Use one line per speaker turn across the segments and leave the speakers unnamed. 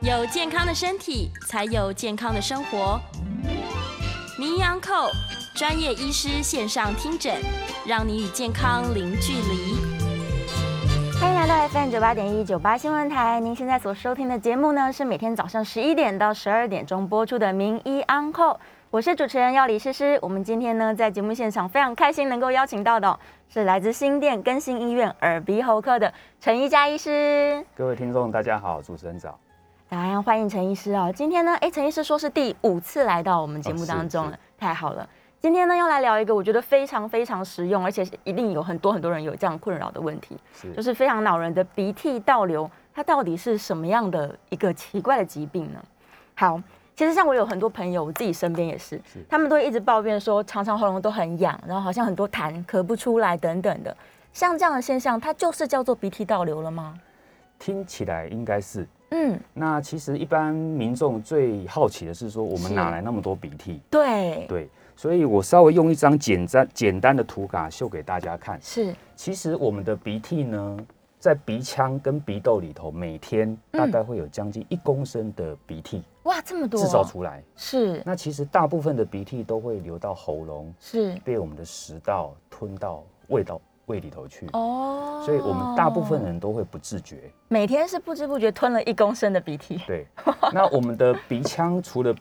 有健康的身体，才有健康的生活。名医 Uncle 专业医师线上听诊，让你与健康零距离。
欢迎来到 FM 九八点一九八新闻台，您现在所收听的节目呢，是每天早上十一点到十二点钟播出的《名医 Uncle》，我是主持人药理诗诗。我们今天呢，在节目现场非常开心能够邀请到的哦是来自新店更新医院耳鼻喉科的陈一佳医师。
各位听众，大家好，主持人早。
来，欢迎陈医师哦。今天呢，哎，陈医师说是第五次来到我们节目
哦是
当中了，
是
太好了。今天呢，要来聊一个我觉得非常非常实用，而且一定有很多很多人有这样困扰的问题，
是
就是非常恼人的鼻涕倒流，它到底是什么样的一个奇怪的疾病呢？好，其实像我有很多朋友，我自己身边也是，
是
他们都一直抱怨说，常常喉咙都很痒，然后好像很多痰咳不出来等等的。像这样的现象，它就是叫做鼻涕倒流了吗？
听起来应该是。
嗯，
那其实一般民众最好奇的是说，我
是
们哪来那么多鼻涕？
对，
对，所以我稍微用一张简单简单的图卡秀给大家看。
是，
其实我们的鼻涕呢，在鼻腔跟鼻窦里头，每天大概会有将近一公升的鼻涕
哇，这么多哦
制造出来。
是
那其实大部分的鼻涕都会流到喉咙，
是
被我们的食道吞到胃道胃里头去。
哦，
所以我们大部分人都会不自觉。
每天是不知不觉吞了一公升的鼻涕，
对，那我们的鼻腔除了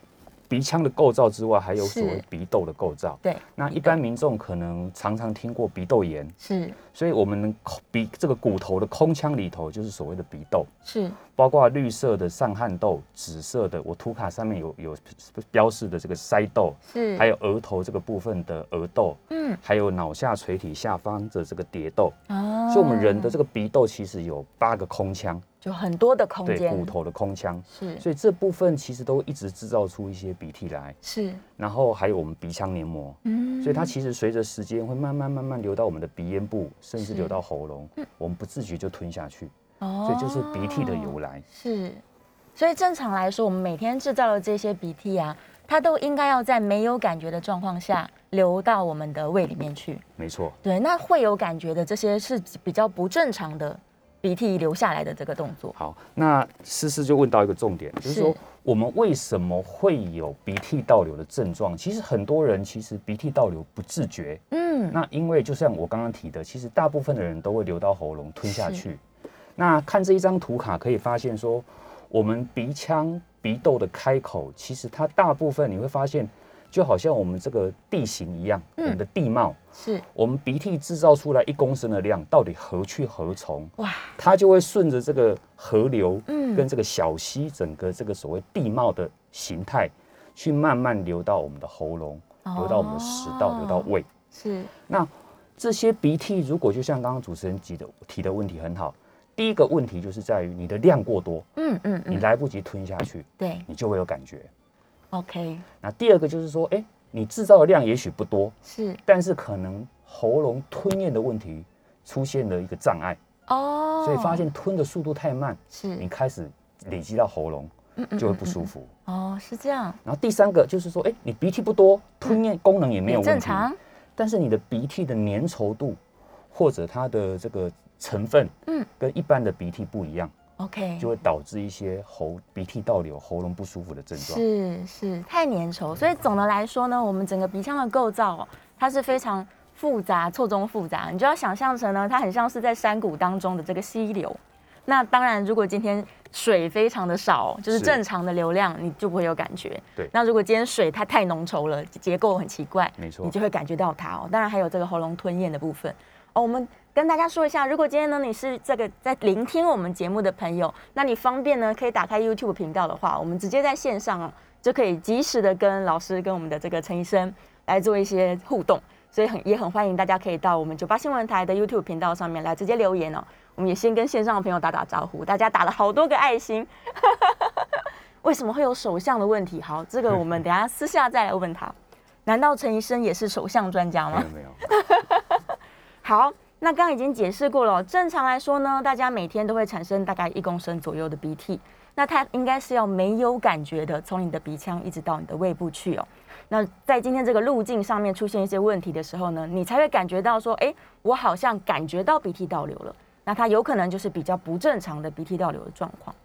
鼻腔的构造之外，还有所谓
是
鼻窦的构造。
对，
那
鼻
一般民众可能常常听过鼻窦炎，
是
所以我们口鼻这个骨头的空腔里头就是所谓的鼻窦，
是
包括绿色的上汗窦、紫色的我图卡上面有有标示的这个腮窦，
是，
还有额头这个部分的额窦，
嗯
还有脑下垂体下方的这个蝶窦。
啊
所以我们人的这个鼻窦其实有八个空腔，
就很多的空
对
间
骨头的空腔，
是
所以这部分其实都一直制造出一些鼻涕来，
是
然后还有我们鼻腔黏膜，
嗯，
所以它其实随着时间会慢慢慢慢流到我们的鼻咽部，甚
是嗯
至流到喉咙，我们不自觉就吞下去，
哦
所以就是鼻涕的由来。
是，所以正常来说，我们每天制造的这些鼻涕啊，它都应该要在没有感觉的状况下流到我们的胃里面去。
没错，
对，那会有感觉的这些是比较不正常的鼻涕流下来的这个动作。
好，那思思就问到一个重点，就是说
是
我们为什么会有鼻涕倒流的症状？其实很多人其实鼻涕倒流不自觉，
嗯，
那因为就像我刚刚提的，其实大部分的人都会流到喉咙吞下
是
去。那看这一张图卡可以发现说，我们鼻腔鼻窦的开口，其实它大部分你会发现，就好像我们这个地形一样，
嗯
我们的地貌，
是
我们鼻涕制造出来一公升的量，到底何去何从？
哇，
它就会顺着这个河流，
嗯
跟这个小溪整个这个所谓地貌的形态，去慢慢流到我们的喉咙，流到我们的食道，流到
哦
胃。
是
那这些鼻涕，如果就像刚刚主持人提的提的问题很好，第一个问题就是在于你的量过多，
嗯嗯
你
嗯，
来不及吞下去，
对
你就会有感觉。
，OK，
那第二个就是说，哎、你制造的量也许不多，
是
但是可能喉咙吞咽的问题出现了一个障碍，
哦，
所以发现吞的速度太慢，你
是
开始累积到喉咙
嗯
就会不舒服。
哦，是这样，
然后第三个就是说，哎、你鼻涕不多，吞咽功能也没有
也
问题，
正常，
但是你的鼻涕的粘稠度或者它的这个成分，
嗯
嗯，跟一般的鼻涕不一样，
OK，
就会导致一些喉鼻涕倒流、喉咙不舒服的症状。
是是太粘稠，所以总的来说呢，我们整个鼻腔的构造、哦，它是非常复杂、错综复杂。你就要想象成呢，它很像是在山谷当中的这个溪流。那当然，如果今天水非常的少，就是
是
正常的流量，你就不会有感觉。
对
那如果今天水它太浓稠了，结构很奇怪，
没错
你就会感觉到它哦。当然还有这个喉咙吞咽的部分哦。我们跟大家说一下，如果今天呢你是这个在聆听我们节目的朋友，那你方便呢可以打开 YouTube 频道的话，我们直接在线上哦就可以及时的跟老师跟我们的这个陈医生来做一些互动。所以很也很欢迎大家可以到我们九八新闻台的 YouTube 频道上面来直接留言哦。我们也先跟线上的朋友打打招呼，大家打了好多个爱心。为什么会有首相的问题？好，这个我们等一下私下再来问他。难道陈医生也是首相专家
没
吗
有？没有，
好，那刚刚已经解释过了哦。正常来说呢，大家每天都会产生大概一公升左右的鼻涕，那它应该是要没有感觉的，从你的鼻腔一直到你的胃部去哦。那在今天这个路径上面出现一些问题的时候呢，你才会感觉到说，哎，我好像感觉到鼻涕倒流了。那它有可能就是比较不正常的鼻涕倒流的状况。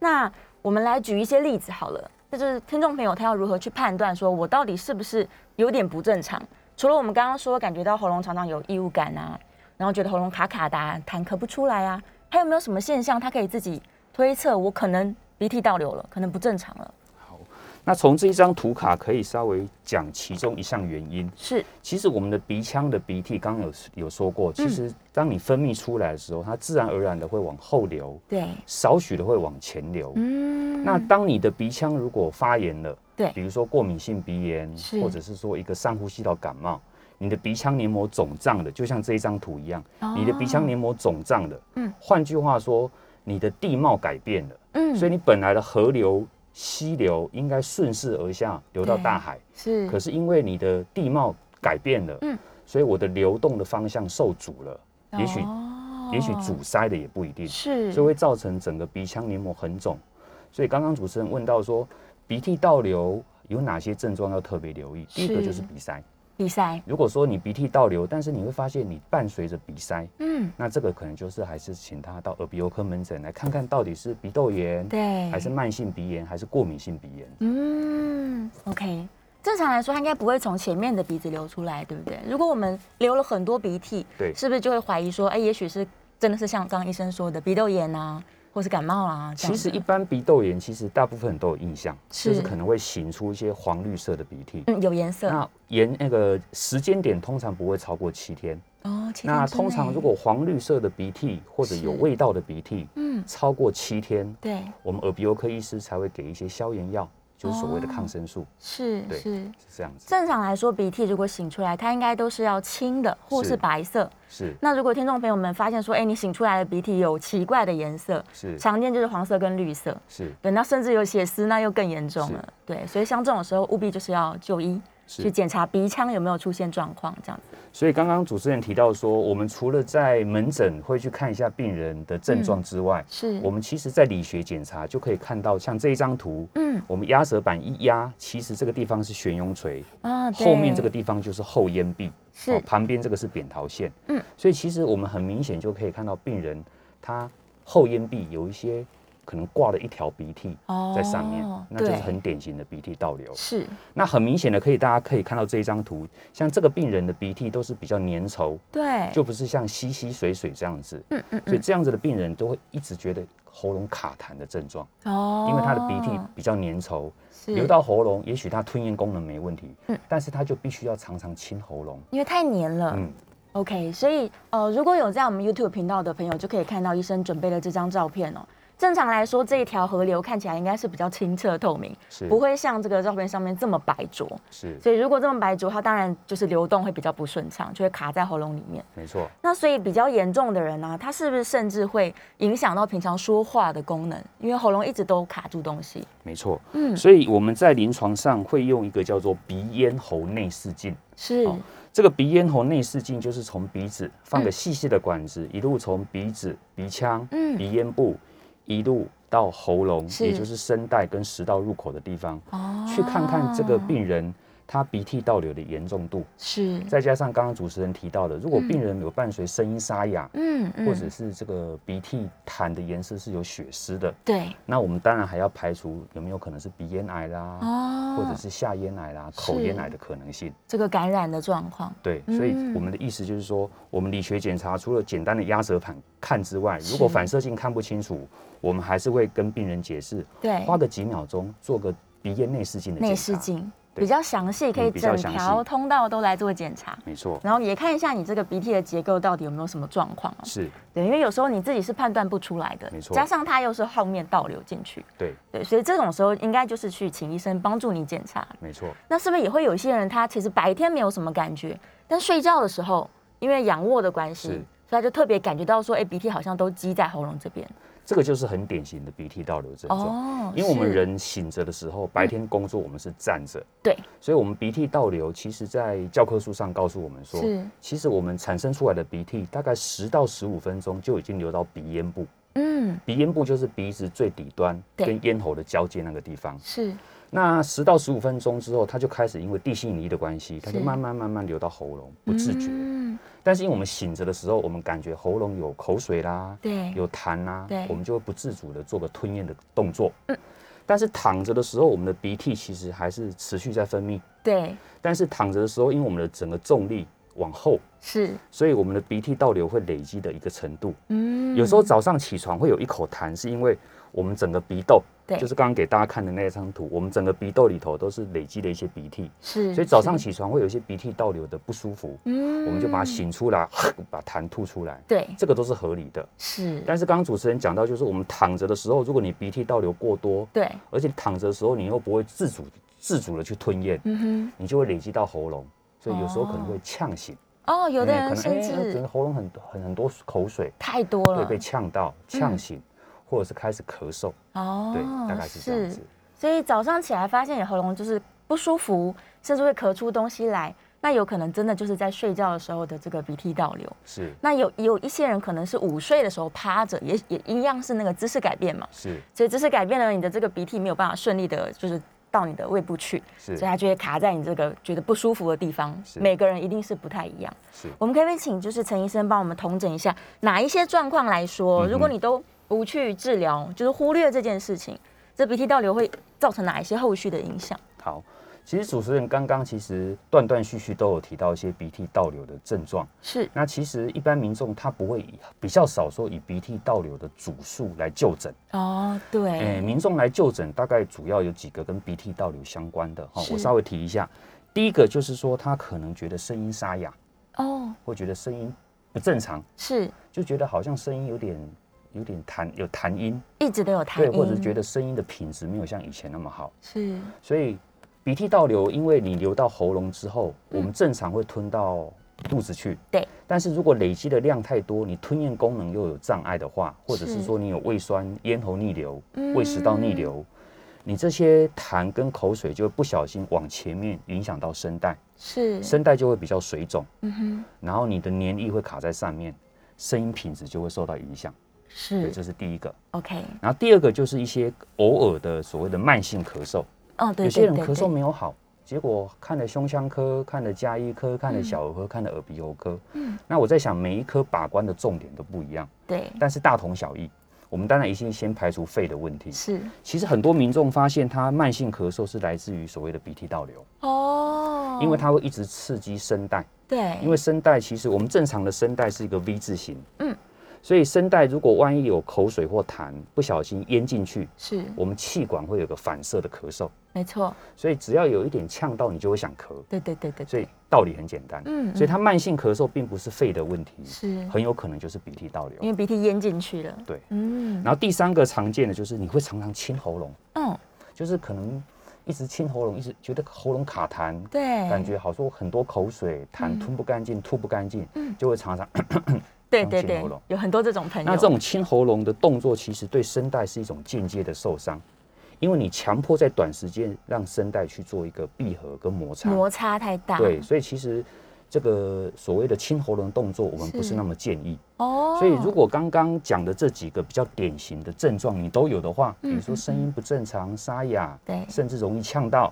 那我们来举一些例子好了，那就是听众朋友他要如何去判断，说我到底是不是有点不正常？除了我们刚刚说感觉到喉咙常常有异物感啊，然后觉得喉咙卡卡的、啊，痰咳不出来啊，还有没有什么现象，他可以自己推测我可能鼻涕倒流了，可能不正常了？
那从这一张图卡可以稍微讲其中一项原因。
是
其实我们的鼻腔的鼻涕，刚刚有有说过，
嗯
其实当你分泌出来的时候，它自然而然的会往后流，
对，
少许的会往前流。
嗯
那当你的鼻腔如果发炎了，
对
比如说过敏性鼻炎
是，
或者是说一个上呼吸道感冒，你的鼻腔黏膜肿胀的，就像这一张图一样，你的鼻腔黏膜肿胀的，
哦嗯，
换句话说，你的地貌改变了，
嗯
所以你本来的河流、溪流应该顺势而下流到
对
大海，
是
可是因为你的地貌改变了，
嗯
所以我的流动的方向受阻了，也许、也许
主
阻塞的也不一定，
哦是
所以会造成整个鼻腔黏膜很肿。所以刚刚主持人问到说，鼻涕倒流有哪些症状要特别留意？第一个
是
就是鼻塞。
鼻塞，
如果说你鼻涕倒流，但是你会发现你伴随着鼻塞，
嗯，
那这个可能就是还是请他到耳鼻喉科门诊来看看到底是鼻窦炎，
对，
还是慢性鼻炎，还是过敏性鼻炎。
嗯，OK。正常来说，它应该不会从前面的鼻子流出来，对不对？如果我们流了很多鼻涕，
对
是不是就会怀疑说，哎，也许是真的是像张医生说的鼻窦炎啊，或是感冒啊？这样
其
的
实一，般鼻窦炎，其实大部分人都有印象，就是是可能会擤出一些黄绿色的鼻涕。
嗯，有颜色
那炎那个时间点通常不会超过七天。
哦。七天
那
之
通常
内
如果黄绿色的鼻涕或者有
是
味道的鼻涕，
嗯，
超过七天，
对，
我们耳鼻喉科医师才会给一些消炎药，就是所谓的抗生素，
哦是
对
是。
是这样子。
正常来说，鼻涕如果醒出来，它应该都是要青的或是
是
白色。
是
那如果听众朋友们发现说，哎，你醒出来的鼻涕有奇怪的颜色，
是
常见就是黄色跟绿色。
是
对，那甚至有血丝，那又更严重
是
了。对，所以像这种时候，务必就是要就医，去
是。
检查鼻腔有没有出现状况，这样子。
所以刚刚主持人提到说，我们除了在门诊会去看一下病人的症状之外，
是
我们其实在理学检查就可以看到，像这一张图，
嗯
我们压舌板一压，其实这个地方是悬雍垂，
啊，对
后面这个地方就是后咽壁，哦
是
旁边这个是扁桃腺，
嗯，
所以其实我们很明显就可以看到病人他后咽壁有一些可能挂了一条鼻涕在上面，
哦
那就是
对
很典型的鼻涕倒流。
是
那很明显的可以大家可以看到这一张图，像这个病人的鼻涕都是比较粘稠，
对，
就不是像稀稀水水这样子，
嗯嗯
所以这样子的病人都会一直觉得喉咙卡痰的症状，
哦
因为他的鼻涕比较粘稠，
是
流到喉咙，也许他吞咽功能没问题，
嗯
但是他就必须要常常清喉咙，
因为太黏了。
嗯，
OK，所以呃，如果有在我们 YouTube 频道的朋友，就可以看到医生准备的这张照片哦。正常来说，这一条河流看起来应该是比较清澈透明，
是
不会像这个照片上面这么白浊。
是
所以如果这么白浊，它当然就是流动会比较不顺畅，就会卡在喉咙里面。
没错，
那所以比较严重的人呢、他是不是甚至会影响到平常说话的功能？因为喉咙一直都卡住东西。
没错，
嗯，
所以我们在临床上会用一个叫做鼻咽喉内视镜。
是
好这个鼻咽喉内视镜就是从鼻子放个细细的管子，一路从鼻子、鼻腔、
嗯
鼻咽部一路到喉咙，
是
也就是声带跟食道入口的地方，
哦
去看看这个病人他鼻涕倒流的严重度。
是，
再加上刚刚主持人提到的，如果病人有伴随声音沙哑，
嗯嗯，
或者是这个鼻涕痰的颜色是有血丝的，
对
那我们当然还要排除有没有可能是鼻咽癌啦，
哦，
或者是下咽癌啦、口
是
咽癌的可能性。
这个感染的状况。
对，所以
嗯
我们的意思就是说，我们理学检查除了简单的压舌盘看之外，如果
是
反射镜看不清楚，我们还是会跟病人解释，
对，
花个几秒钟做个鼻咽内视镜的检查
内视，镜
对
比较详细，可以
嗯比较
整
详细
条通道都来做检查，
没错，
然后也看一下你这个鼻涕的结构到底有没有什么状况、哦。
是
对，因为有时候你自己是判断不出来的，
没错
加上它又是后面倒流进去，
对，
对，所以这种时候应该就是去请医生帮助你检查。
没错，
那是不是也会有一些人，他其实白天没有什么感觉，但睡觉的时候，因为仰卧的关系，
是
所以他就特别感觉到说，哎、鼻涕好像都积在喉咙这边。
这个就是很典型的鼻涕倒流症状。
哦
因为我们
是
人醒着的时候，白天工作我们是站着，
对
所以我们鼻涕倒流，其实在教科书上告诉我们说，
是，
其实我们产生出来的鼻涕大概十到十五分钟就已经流到鼻咽部，
嗯，
鼻咽部就是鼻子最底端
对
跟咽喉的交界那个地方。
是
那十到十五分钟之后，它就开始因为地心引力的关系，它就是慢慢慢慢流到喉咙，不自觉。
嗯
但是因为我们醒着的时候，我们感觉喉咙有口水啦，
对
有痰啦、
对嗯
我们就会不自主的做个吞咽的动作。但是躺着的时候，我们的鼻涕其实还是持续在分泌，
对，
但是躺着的时候，因为我们的整个重力往后，
是，
所以我们的鼻涕倒流会累积的一个程度。
嗯
有时候早上起床会有一口痰，是因为我们整个鼻窦，
对
就是刚刚给大家看的那张图，我们整个鼻窦里头都是累积的一些鼻涕，
是，
所以早上
是，
起床会有一些鼻涕倒流的不舒服，
嗯
我们就把它醒 出来，把痰吐出来，
对，
这个都是合理的。
是，
但是刚刚主持人讲到，就是我们躺着的时候，如果你鼻涕倒流过多，
对，
而且躺着的时候你又不会自主自主的去吞咽，
嗯
你就会累积到喉咙，所以有时候可能
哦
会呛醒，
哼，哦，有的
哎
人
可能
甚
哎可
至
能喉咙很很很多口水，
太多
对，
了，嗯
被呛到、呛醒，或者是开始咳嗽，
哦，
对，大概是这样子。
所以早上起来发现你喉咙就是不舒服，甚至会咳出东西来，那有可能真的就是在睡觉的时候的这个鼻涕倒流。
是
那有有一些人可能是午睡的时候趴着，也也一样是那个姿势改变嘛，
是
所以姿势改变了，你的这个鼻涕没有办法顺利的，就是到你的胃部去，
是
所以它就会卡在你这个觉得不舒服的地方。
是
每个人一定是不太一样。
是，
我们可不可以请就是陈医生帮我们统整一下哪一些状况来说，
嗯哼
如果你都不去治疗，就是忽略这件事情，这鼻涕倒流会造成哪一些后续的影响？
好。其实主持人刚刚其实断断续续都有提到一些鼻涕倒流的症状。
是
那其实一般民众他不会以比较少说以鼻涕倒流的主诉来就诊。
哦，
诶、
对，
民众来就诊大概主要有几个跟鼻涕倒流相关的哈、
是
我稍微提一下。第一个就是说他可能觉得声音沙哑，
哦，
或觉得声音不正常，
是
就觉得好像声音有点有点痰有痰音，
一直都有痰
对，
音，
或者觉得声音的品质没有像以前那么好，
是
所以鼻涕倒流，因为你流到喉咙之后，我们正常会吞到肚子去，
嗯对。
但是如果累积的量太多，你吞咽功能又有障碍的话，或者
是
是说你有胃酸、咽喉逆流、
嗯
胃食道逆流，你这些痰跟口水就会不小心往前面影响到声带，
是，
声带就会比较水肿，
嗯哼，
然后你的黏液会卡在上面，声音品质就会受到影响。对，
是
这是第一个。
OK，
然后第二个就是一些偶尔的所谓的慢性咳嗽，
哦，对，
有些
对
人
对
咳
对
嗽没有好，结果看了胸腔科，看了加医科，看了
嗯
小儿科，看了耳鼻喉科。嗯，那我在想，每一科把关的重点都不一样，
对，
但是大同小异。我们当然一定先排除肺的问题。
是
其实很多民众发现，他慢性咳嗽是来自于所谓的鼻涕倒流，
哦，
因为它会一直刺激声带。
对，
因为声带其实我们正常的声带是一个 V 字形，
嗯，
所以声带如果万一有口水或痰不小心淹进去，
是
我们气管会有个反射的咳嗽，
没错，
所以只要有一点呛到，你就会想咳。
对对对对
所以
对，
道理很简单，
嗯嗯
所以它慢性咳嗽并不是肺的问题，
是
很有可能就是鼻涕倒流
因。为鼻涕淹进去了，
对，
嗯
然后第三个常见的就是你会常常清喉咙，
嗯，
就是可能一直清喉咙，一直觉得喉咙卡痰，
对，嗯
感觉好像很多口水痰吞不干净，吐不干净，就会常常
对
刚
对
进
对
喉咙，
有很多这种朋友，
那这种清喉咙的动作，其实对声带是一种间接的受伤，因为你强迫在短时间让声带去做一个闭合跟摩擦。
摩擦太大，
对，所以其实这个所谓的清喉咙动作，我们
是
不是那么建议。
哦，
所以如果刚刚讲的这几个比较典型的症状你都有的话，比如说声音不正常、沙哑，
嗯对
甚至容易呛到，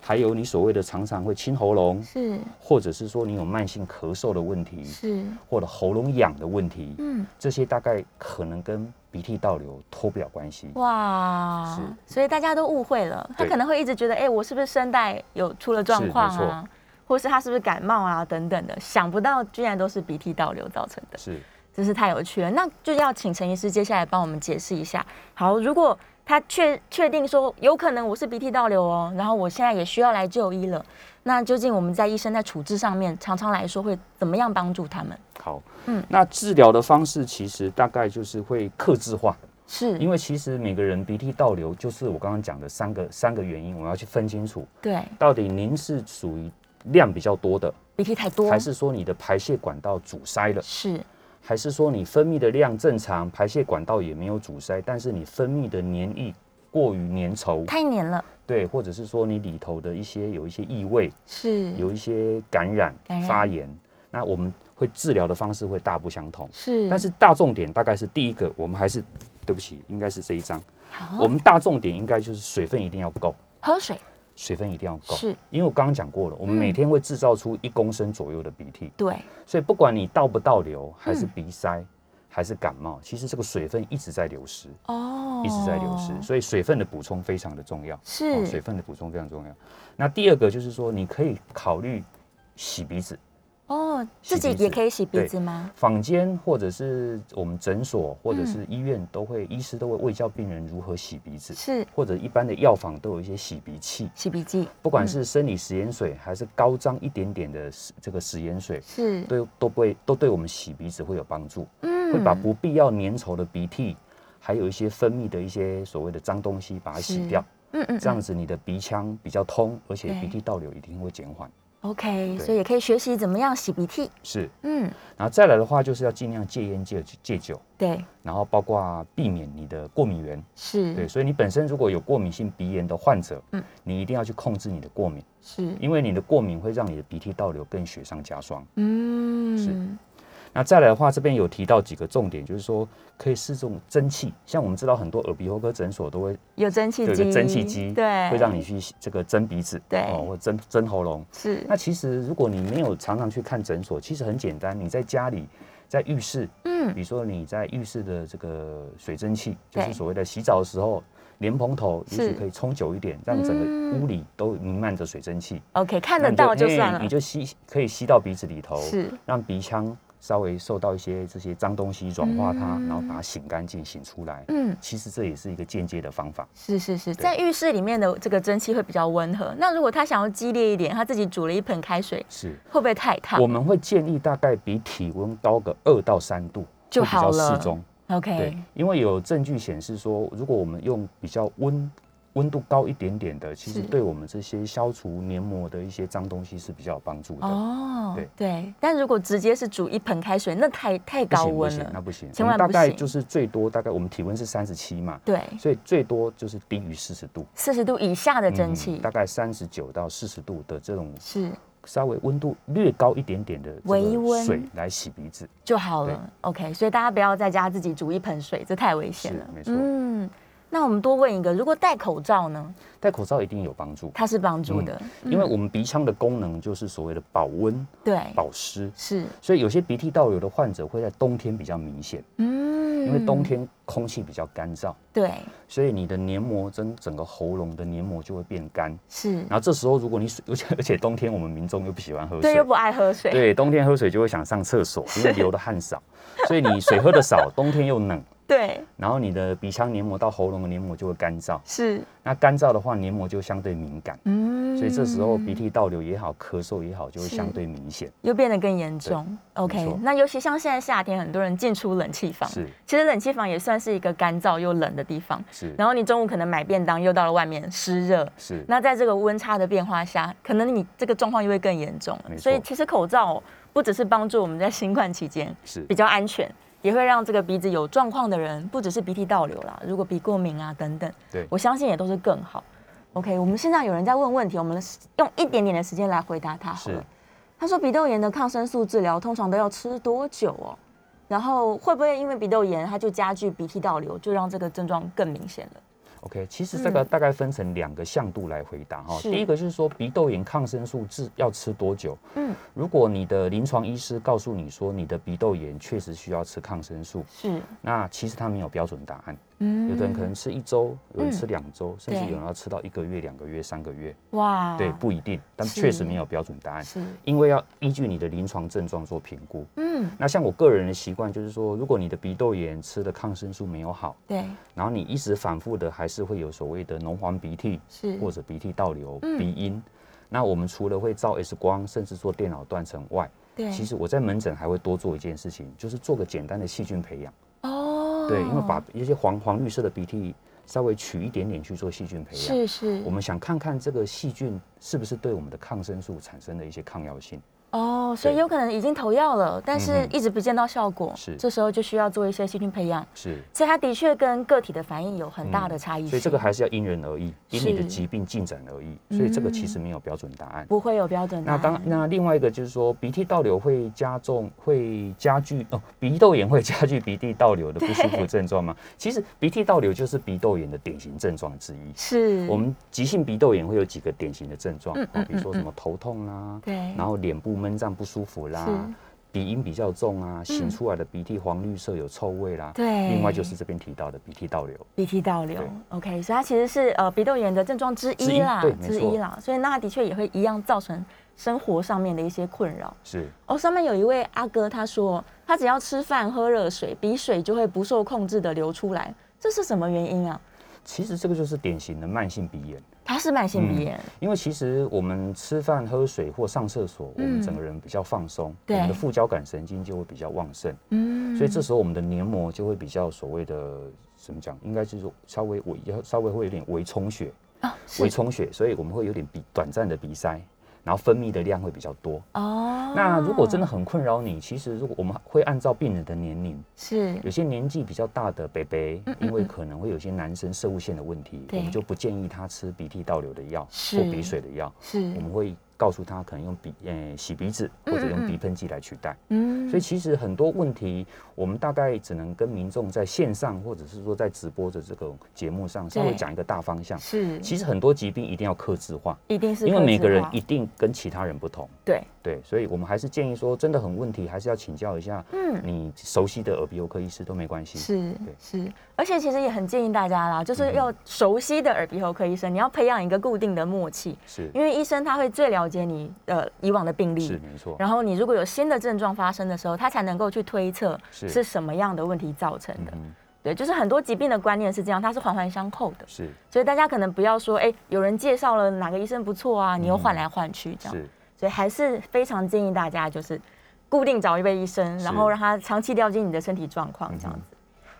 还有你所谓的常常会清喉咙，
是
或者是说你有慢性咳嗽的问题，
是，
或者喉咙痒的问题，
嗯，
这些大概可能跟鼻涕倒流脱不了关系。
哇，所以大家都误会了，他
对
可能会一直觉得，哎、我是不是声带有出了状况
是没
啊
错？
或是他是不是感冒啊等等的，想不到居然都是鼻涕倒流造成的，
是
真是太有趣了。那就要请陈医师接下来帮我们解释一下。好，如果他确确定说有可能我是鼻涕倒流哦，然后我现在也需要来就医了，那究竟我们在医生在处置上面，常常来说会怎么样帮助他们？
好，
嗯
嗯，那治疗的方式其实大概就是会克制化，
是
因为其实每个人鼻涕倒流就是我刚刚讲的三个三个原因，我们要去分清楚，
对
到底您是属于量比较多的，
鼻涕太多，
还是说你的排泄管道阻塞了，
是
还是说你分泌的量正常，排泄管道也没有阻塞，但是你分泌的黏液过于粘稠，
太黏了，
对，或者是说你里头的一些有一些异味，
是
有一些感染
感染
发炎，那我们会治疗的方式会大不相同。
是，
但是大重点大概是第一个，我们还是对不起，应该是这一章。
好
我们大重点应该就是水分一定要够，
喝水
水分一定要够。
是，嗯
因为我刚刚讲过了，我们每天会制造出一公升左右的鼻涕，
对，
所以不管你倒不倒流，还
嗯
是鼻塞，还是感冒，其实这个水分一直在流失，
哦，
一直在流失，所以水分的补充非常的重要。哦水
是，
分的补充非常重要。那第二个就是说，你可以考虑洗鼻子，
哦，
洗
自己
鼻
也
子
可以洗鼻
对
子吗？
坊间或者是我们诊所或者是
嗯
医院都会，医师都会为教病人如何洗鼻子，
是，
或者一般的药房都有一些洗鼻器，
洗鼻剂
不管是生理食盐水还是高张一点点的食这个食盐水，
是，
都都不会都对我们洗鼻子会有帮助，
嗯
会把不必要粘稠的鼻涕。还有一些分泌的一些所谓的脏东西，把它洗
是
掉，
嗯嗯
这样子你的鼻腔比较通，而且
对
鼻涕倒流一定会减缓。
OK，
对
所以也可以学习怎么样洗鼻涕。
是，
嗯，
然后再来的话，就是要尽量戒烟、戒戒酒，
对，
然后包括避免你的过敏源。对，
是
所以你本身如果有过敏性鼻炎的患者，
嗯
你一定要去控制你的过敏，
是，
因为你的过敏会让你的鼻涕倒流更雪上加霜。
嗯，
那再来的话，这边有提到几个重点，就是说可以试种蒸汽，像我们知道很多耳鼻喉科诊所都会
有蒸汽
有一
机，
个蒸汽机，
对，
会让你去这个蒸鼻子，
哎对
哦，或蒸蒸喉咙。
是
那其实如果你没有常常去看诊所，其实很简单，你在家里，在浴室，
嗯
比如说你在浴室的这个水蒸气，就
对
是所谓的洗澡的时候，莲蓬头也
是
许可以冲久一点，让整个
嗯
屋里都弥漫着水蒸气，
OK，看得
那你就
到就
哎
算了
你，就哦吸可以吸到鼻子里头，
是
让鼻腔稍微受到一些这些脏东西软化它，然后把它醒干净、醒出来。
嗯，
其实这也是一个间接的方法。
是是是，
对
在浴室里面的这个蒸汽会比较温和。那如果他想要激烈一点，他自己煮了一盆开水，
是，
会不会太烫
我们会建议大概比体温高个二到三度
就
会比
好
较
了
适中。对
？OK，，
因为有证据显示说，如果我们用比较温温度高一点点的，其实
是
对我们这些消除黏膜的一些脏东西是比较有帮助的。
哦
对，
对。但如果直接是煮一盆开水，那太太
不
高
行不
温
行，那
了。
不行。
千
我们
万
大
不
概
行
就是最多大概我们体温是三十七嘛，
对，
所以最多就是低于四十度。
四十度以下的蒸汽
嗯大概三十九到四十度的这种
是
稍微温度略高一点点的这个
微温
水来洗鼻子。
就好了。OK，所以大家不要在家自己煮一盆水，这太危险
是
了。
没错
嗯，那我们多问一个，如果戴口罩呢？
戴口罩一定有帮助，
它是帮助的，
因为我们鼻腔的功能就是所谓的保温、
对，
保湿，
是，
所以有些鼻涕倒流的患者会在冬天比较明显，
嗯
因为冬天空气比较干燥，
对
所以你的黏膜整整个喉咙的黏膜就会变干。
是，
然后这时候如果你水， 而且而且冬天我们民众又不喜欢喝
对，又
水。
不爱喝水，
对，冬天喝水就会想上厕所，因为流的汗少，所以你水喝的少，冬天又冷，
对
然后你的鼻腔黏膜到喉咙的黏膜就会干燥，
是，
那干燥的话，黏膜就相对敏感，
嗯
所以这时候鼻涕倒流也好，咳嗽也好，就会相对明显。
又变得更严重。
没
OK，
错
那尤其像现在夏天，很多人进出冷气房，
是
其实冷气房也算是一个干燥又冷的地方。
是
然后你中午可能买便当，又到了外面湿热，
是，
那在这个温差的变化下，可能你这个状况又会更严重了。
没错
所以其实口罩不只是帮助我们在新冠期间
是
比较安全，也会让这个鼻子有状况的人，不只是鼻涕倒流啦，如果鼻过敏啊等等，
对
我相信也都是更好。OK，我们现在有人在问问题，我们用一点点的时间来回答他好了
是。
他说鼻窦炎的抗生素治疗通常都要吃多久哦？然后会不会因为鼻窦炎，它就加剧鼻涕倒流，就让这个症状更明显了？
OK。其实这个大概分成两个向度来回答哈。
嗯是
第一个就是说鼻窦炎抗生素治要吃多久？
嗯，
如果你的临床医师告诉你说你的鼻窦炎确实需要吃抗生素，
是，
那其实他没有标准答案，
嗯
有的人可能吃一周，有人吃两周，甚至
对
有人要吃到一个月、两个月、三个月，
哇，
对，不一定，但
是
确实没有标准答案。
是，
因为要依据你的临床症状做评估。
嗯，
那像我个人的习惯就是说，如果你的鼻窦炎吃的抗生素没有好，
对，
然后你一直反复的还是会有所谓的脓黄鼻涕
是，
或者鼻涕倒流、
嗯
鼻音，那我们除了会照 X 光，甚至做电脑断层外，
对，
其实我在门诊还会多做一件事情，就是做个简单的细菌培养。
哦，
对，因为把一些黄黄绿色的鼻涕稍微取一点点去做细菌培养。
是是
我，们想看看这个细菌是不是对我们的抗生素产生了一些抗药性。
哦，所以
对
有可能已经投药了，但是
嗯哼
一直不见到效果，
是
这时候就需要做一些细菌培养。
是
所以它的确跟个体的反应有很大的
嗯
差异性、
所以这个还是要因人而异，因你
是
的
嗯
疾病进展而异，所以这个其实没有标准答案。
不会有标准答案。
那当那另外一个就是说，鼻涕倒流会加重，会加剧哦，鼻窦炎会加剧鼻涕倒流的不舒服症状 吗？其实鼻涕倒流就是鼻窦炎的典型症状之一。
是
我们急性鼻窦炎会有几个典型的症状，
嗯
啊，比如说
嗯嗯
什么头痛啦、啊
对，
然后脸部闷胀不舒服啦
是，嗯
鼻音比较重啊，擤出来的鼻涕黄绿色有臭味啦。
对
另外就是这边提到的鼻涕倒流，
鼻涕倒流
对
，OK，所以它其实是呃鼻窦炎的症状之
之
一
一
啦
对，没
之
错
一啦，所以那它的确也会一样造成生活上面的一些困扰。
是
哦，上面有一位阿哥他说，他只要吃饭喝热水，鼻水就会不受控制的流出来，这是什么原因啊？
其实这个就是典型的慢性鼻炎。
他是慢
嗯
性鼻炎，
因为其实我们吃饭、喝水或上厕所，我们
嗯
整个人比较放松，
对
我们的副交感神经就会比较旺盛，
嗯，
所以这时候我们的黏膜就会比较所谓的怎么讲，应该是说稍微微要稍微会有点微充血，
啊
微
是
充血，所以我们会有点鼻短暂的鼻塞，然后分泌的量会比较多。
哦，
那如果真的很困扰你，其实如果我们会按照病人的年龄，
是嗯
有些年纪比较大的北北，因为可能会有些男生射物线的问题，我
对
们就不建议他吃鼻涕倒流的药
是
或鼻水的药。我
是，
们会告诉他可能用鼻呃洗鼻子或者用鼻喷剂来取代。
嗯
所以其实很多问题，我们大概只能跟民众在线上或者是说在直播的这种节目上稍微
对
讲一个大方向。
是
其实很多疾病一定要克制化，
一定是
因为每
克制
个人
化
一定跟其他人不同。
对
对，所以我们还是建议说，真的很问题，还是要请教一下，
嗯
你熟悉的耳鼻喉科医师都没关系。
是
对嗯
是，而且其实也很建议大家啦，就是要熟悉的耳鼻喉科医生，你要培养一个固定的默契，
是
因为医生他会最了解你呃以往的病
是
例。
没错，
然后你如果有新的症状发生的时候，他才能够去推测
是
是什么样的问题造成的。
嗯，
对，就是很多疾病的观念是这样，它是环环相扣的。
是
所以大家可能不要说，哎，有人介绍了哪个医生不错啊，你又换来换去这样。
嗯是
所以还是非常建议大家就是固定找一位医生，
是
然后让他长期了解你的身体状况这样子。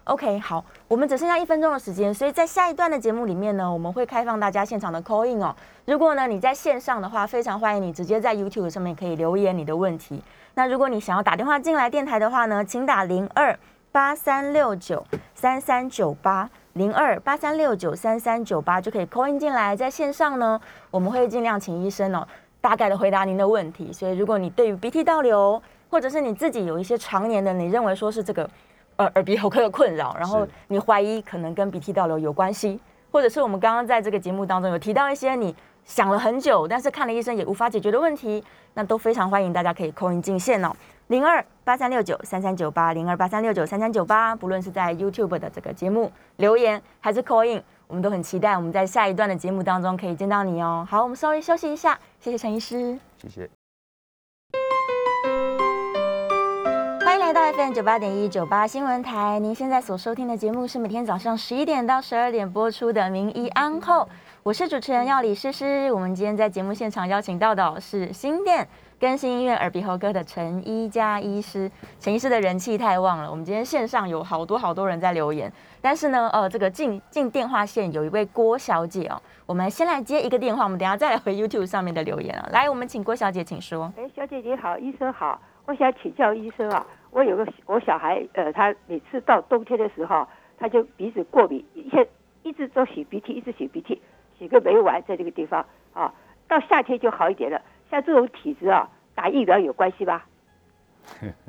OK，好，我们只剩下一分钟的时间，所以在下一段的节目里面呢，我们会开放大家现场的 call in 哦。如果呢你在线上的话，非常欢迎你直接在 YouTube 上面可以留言你的问题。那如果你想要打电话进来电台的话呢，请打零二八三六九三三九八零二八三六九三三九八就可以 call in 进来，在线上呢，我们会尽量请医生哦，大概的回答您的问题。所以，如果你对于鼻涕倒流，或者是你自己有一些常年的，你认为说是这个呃耳鼻喉科的困扰，然后
是
你怀疑可能跟鼻涕倒流有关系，或者是我们刚刚在这个节目当中有提到一些你想了很久，但是看了医生也无法解决的问题，那都非常欢迎大家可以扣音进线哦。零二八三六九三三九八，零二八三六九三三九八，不论是在 YouTube 的这个节目留言，还是 call in，我们都很期待我们在下一段的节目当中可以见到你哦。好，我们稍微休息一下，谢谢陈医师。
谢谢。
欢迎来到 FM 九八点一九八新闻台。您现在所收听的节目是每天早上十一点到十二点播出的《名医安后》，我是主持人要李诗诗。我们今天在节目现场邀请到的哦是新店更新医院耳鼻喉科的陈一佳医师。陈医师的人气太旺了，我们今天线上有好多好多人在留言，但是呢，呃，这个进进电话线有一位郭小姐哦，我们先来接一个电话，我们等一下再来回 YouTube 上面的留言啊。来，我们请郭小姐，请说。
哎，小姐姐好，医生好，我想请教医生啊，我有个我小孩，呃，他每次到冬天的时候，他就鼻子过敏，一下一直都擤鼻涕，一直擤鼻涕，擤个没完，在这个地方啊，到夏天就好一点了。像这种体质啊，打疫苗有关系吧？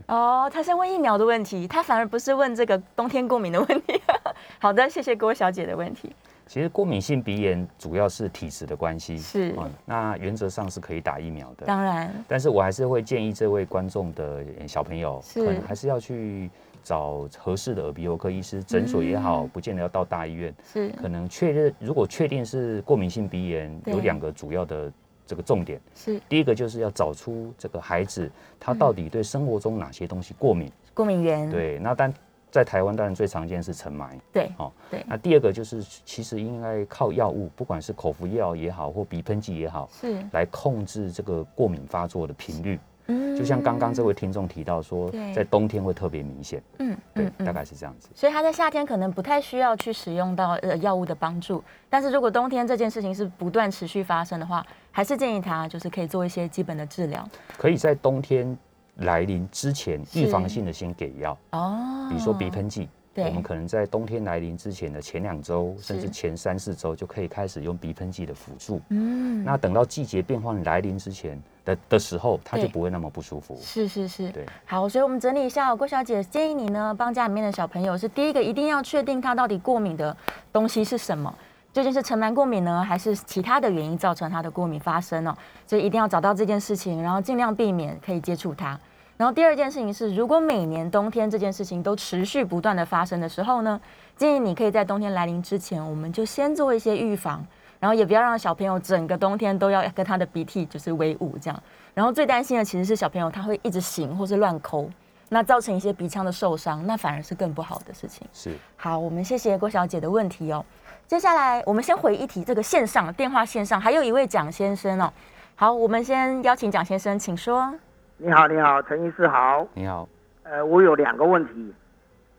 哦，他先问疫苗的问题，他反而不是问这个冬天过敏的问题。 好的，谢谢郭小姐的问题。
其实过敏性鼻炎主要是体质的关系，
是
啊那原则上是可以打疫苗的。
当然，
但是我还是会建议这位观众的呃小朋友，
是
可能还是要去找合适的耳鼻喉科医师，诊所也
嗯
好，不见得要到大医院。
是
可能确认，如果确定是过敏性鼻炎，
对
有两个主要的这个重点。
是嗯
第一个就是要找出这个孩子他到底对生活中哪些东西过敏。
过敏源，
对，那但在台湾当然最常见是尘霾。
对
哦
对
那第二个就是，其实应该靠药物，不管是口服药也好，或鼻喷剂也好，
是
来控制这个过敏发作的频率。
嗯
就像刚刚这位听众提到说
对，
在冬天会特别明显，
嗯
对，大概是这样子。
所以他在夏天可能不太需要去使用到呃药物的帮助，但是如果冬天这件事情是不断持续发生的话，还是建议他就是可以做一些基本的治疗
可以在冬天来临之前
是
预防性的先给药，
哦。
比如说鼻喷剂。
对
我们可能在冬天来临之前的前两周，甚
是
至前三四周就可以开始用鼻喷剂的辅助。
嗯，
那等到季节变换来临之前的的时候，它就
对
不会那么不舒服。
是是是，
对，
好，所以我们整理一下、哦，郭小姐建议你呢，帮家里面的小朋友是第一个一定要确定他到底过敏的东西是什么，究竟是尘螨过敏呢，还是其他的原因造成他的过敏发生哦？所以一定要找到这件事情，然后尽量避免可以接触它。然后第二件事情是，如果每年冬天这件事情都持续不断的发生的时候呢，建议你可以在冬天来临之前，我们就先做一些预防，然后也不要让小朋友整个冬天都要跟他的鼻涕就是为伍这样。然后最担心的其实是小朋友他会一直醒或是乱抠，那造成一些鼻腔的受伤，那反而是更不好的事情。
是
好，我们谢谢郭小姐的问题哦。接下来我们先回一题，这个线上电话线上还有一位蒋先生哦。好，我们先邀请蒋先生，请说。
你好，你好，陈医师好。
你好，
呃，我有两个问题。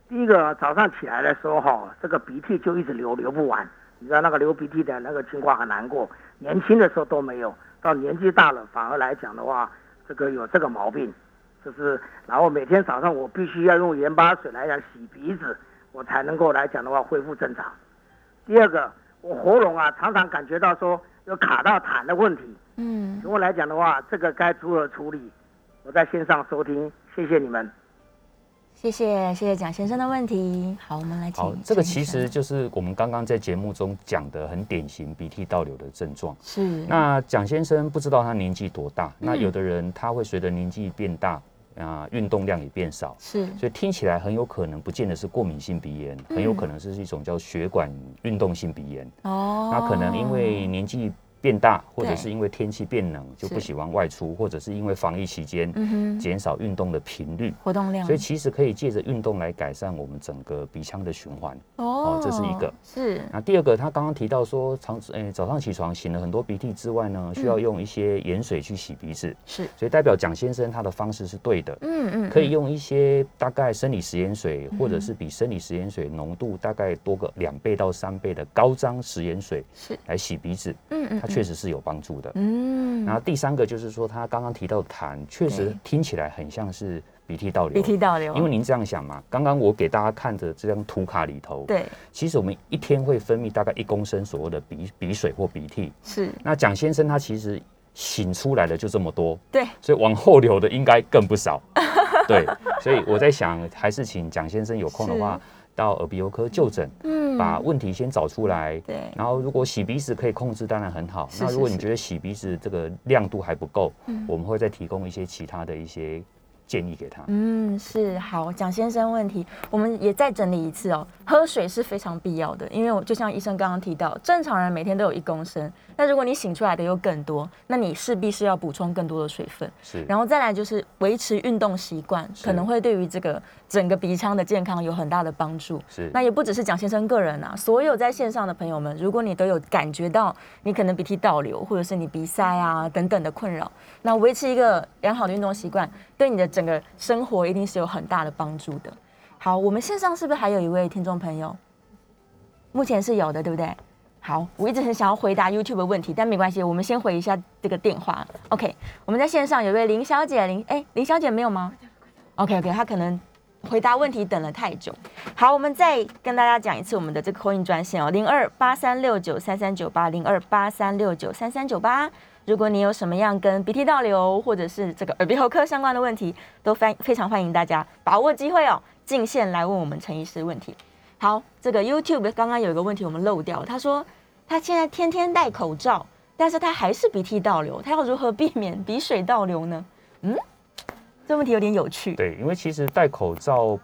第一个，早上起来的时候哈，这个鼻涕就一直流，流不完。你知道那个流鼻涕的那个情况很难过，年轻的时候都没有，到年纪大了反而来讲的话，这个有这个毛病，就是然后每天早上我必须要用盐巴水来讲洗鼻子，我才能够来讲的话恢复正常。第二个，我喉咙啊常常感觉到说有卡到痰的问题，
嗯，
请问来讲的话，这个该如何处理？我在线上收听，谢谢你们。
谢谢谢谢蒋先生的问题。好，我们来请
好
陈医生。，
这个其实就是我们刚刚在节目中讲的很典型鼻涕倒流的症状。
是
那蒋先生不知道他年纪多大，那
嗯
有的人他会随着年纪变大，啊、运动量也变少，
是
所以听起来很有可能不见得是过敏性鼻炎，很
嗯
有可能是一种叫血管运动性鼻炎。
哦，
那可能因为年纪变大，或者
对
是因为天气变冷，就是不喜欢外出，或者是因为防疫期间
嗯哼
减少运动的频率。
活动量，
所以其实可以借着运动来改善我们整个鼻腔的循环。
哦
这是一个
是
那第二个，他刚刚提到说，常诶、早上起床醒了很多鼻涕之外呢，需
嗯
要用一些盐水去洗鼻子，
是
所以代表蒋先生他的方式是对的。
嗯嗯
可以
嗯
用一些大概生理食盐水，或者是比生理食盐水浓度大概多个两倍到三倍的高张食盐水
是
来洗鼻子，
嗯嗯
它确实是有帮助的。
嗯
然后第三个就是说，他刚刚提到的痰，确实
对
听起来很像是鼻涕倒流。
鼻涕倒流，
因为您这样想嘛，刚刚我给大家看的这张图卡里头，，
对
其实我们一天会分泌大概一公升左右的鼻鼻水或鼻涕。
是
那蒋先生他其实醒出来的就这么多，
对
所以往后流的应该更 不少。对，所以我在想，还是请蒋先生有空的话，到耳鼻喉科就诊，
嗯
把问题先找出来。
对
然后，如果洗鼻子可以控制，当然很好。
是
那
是
如果你
是嗯
觉得洗鼻子这个亮度还不够，我们会再提供一些其他的一些建议给他。
嗯，是好，蒋先生问题，我们也再整理一次哦。喝水是非常必要的，因为我就像医生刚刚提到，正常人每天都有一公升，那如果你醒出来的又更多，那你势必是要补充更多的水分。
是，
然后再来就是维持运动习惯，
是
可能会对于这个整个鼻腔的健康有很大的帮助。
是
那也不只是蒋先生个人啊，所有在线上的朋友们，如果你都有感觉到你可能鼻涕倒流，或者是你鼻塞啊等等的困扰，那维持一个良好的运动习惯，对你的整个生活一定是有很大的帮助的。好，我们线上是不是还有一位听众朋友？目前是有的，对不对？好，我一直很想要回答 YouTube 的问题，但没关系，我们先回一下这个电话。OK，我们在线上有位林小姐，林哎、林小姐没有吗？OK OK，她可能回答问题等了太久。好，我们再跟大家讲一次我们的这个 c 音专线哦，零二八三六九三三九八，零二八三六九三三九八。如果你有什么样跟鼻涕倒流或者是这个耳鼻喉科相关的问题，都非非常欢迎大家把握机会哦，进线来问我们陈医师问题。好，这个 YouTube 刚刚有一个问题我们漏掉，他说他现在天天戴口罩，但是他还是鼻涕倒流，他要如何避免鼻水倒流呢？嗯，这问题有点有趣。，
对，因为其实戴口罩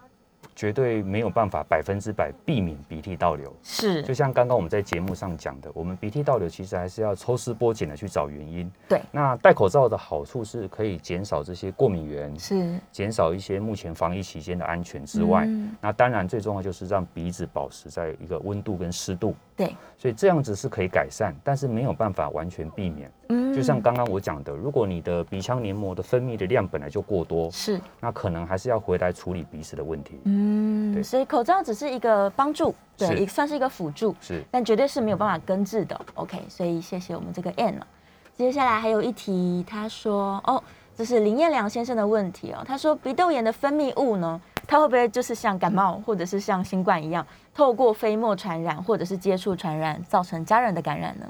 绝对没有办法百分之百避免鼻涕倒流。就是像刚刚我们在节目上讲的，我们鼻涕倒流其实还是要抽丝剥茧的去找原因。
对，
那戴口罩的好处是可以减少这些过敏源，
是
减少一些目前防疫期间的安全之外，
嗯
那当然最重要就是让鼻子保持在一个温度跟湿度
对，
所以这样子是可以改善，但是没有办法完全避免。
嗯
就像刚刚我讲的，如果你的鼻腔黏膜的分泌的量本来就过多，
是，
那可能还是要回来处理鼻屎的问题。
嗯，
对
所以口罩只是一个帮助，对，
是
也算是一个辅助，
是
但绝对是没有办法根治的。OK，所以谢谢我们这个 N 了。接下来还有一题，他说哦，这是林彦良先生的问题哦，他说鼻窦炎的分泌物呢，它会不会就是像感冒或者是像新冠一样，透过飞沫传染或者是接触传染，造成家人的感染呢？